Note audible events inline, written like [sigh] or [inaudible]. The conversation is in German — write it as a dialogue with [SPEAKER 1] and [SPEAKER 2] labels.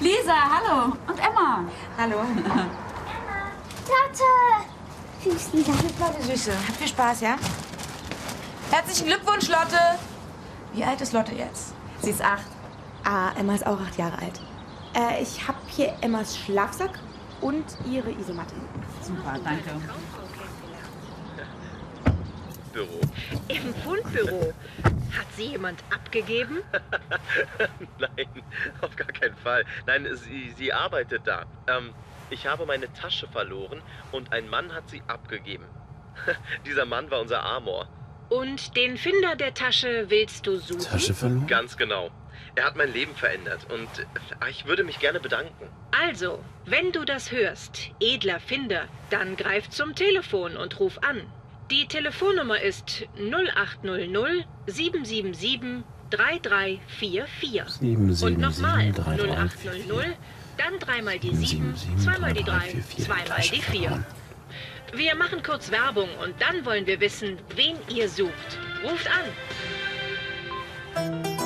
[SPEAKER 1] Lisa, hallo. Und Emma.
[SPEAKER 2] Hallo.
[SPEAKER 3] Tante! Vielen Dank.
[SPEAKER 2] Lotte Süße, habt viel Spaß, ja? Herzlichen Glückwunsch, Lotte. Wie alt ist Lotte jetzt?
[SPEAKER 4] Sie ist acht. Ah, Emma ist auch acht Jahre alt. Äh, ich habe hier Emmas Schlafsack und ihre Isomatte.
[SPEAKER 1] Super, danke.
[SPEAKER 5] Büro. [laughs]
[SPEAKER 6] Im Fundbüro. Hat sie jemand abgegeben?
[SPEAKER 5] Nein, auf gar keinen Fall. Nein, sie, sie arbeitet da. Ähm, ich habe meine Tasche verloren und ein Mann hat sie abgegeben. [laughs] Dieser Mann war unser Amor.
[SPEAKER 6] Und den Finder der Tasche willst du suchen?
[SPEAKER 7] Tasche verloren?
[SPEAKER 5] Ganz genau. Er hat mein Leben verändert und äh, ich würde mich gerne bedanken.
[SPEAKER 6] Also, wenn du das hörst, edler Finder, dann greif zum Telefon und ruf an. Die Telefonnummer ist 0800 777 3344.
[SPEAKER 7] 7,
[SPEAKER 6] Und
[SPEAKER 7] 7,
[SPEAKER 6] nochmal
[SPEAKER 7] 7, 3, 3, 4, 4.
[SPEAKER 6] 0800, dann dreimal die
[SPEAKER 7] 7,
[SPEAKER 6] 7,
[SPEAKER 7] 7,
[SPEAKER 6] zweimal
[SPEAKER 7] 3,
[SPEAKER 6] die
[SPEAKER 7] 3,
[SPEAKER 6] 3,
[SPEAKER 7] 4, 4.
[SPEAKER 6] zweimal die 4. Wir machen kurz Werbung und dann wollen wir wissen, wen ihr sucht. Ruft an.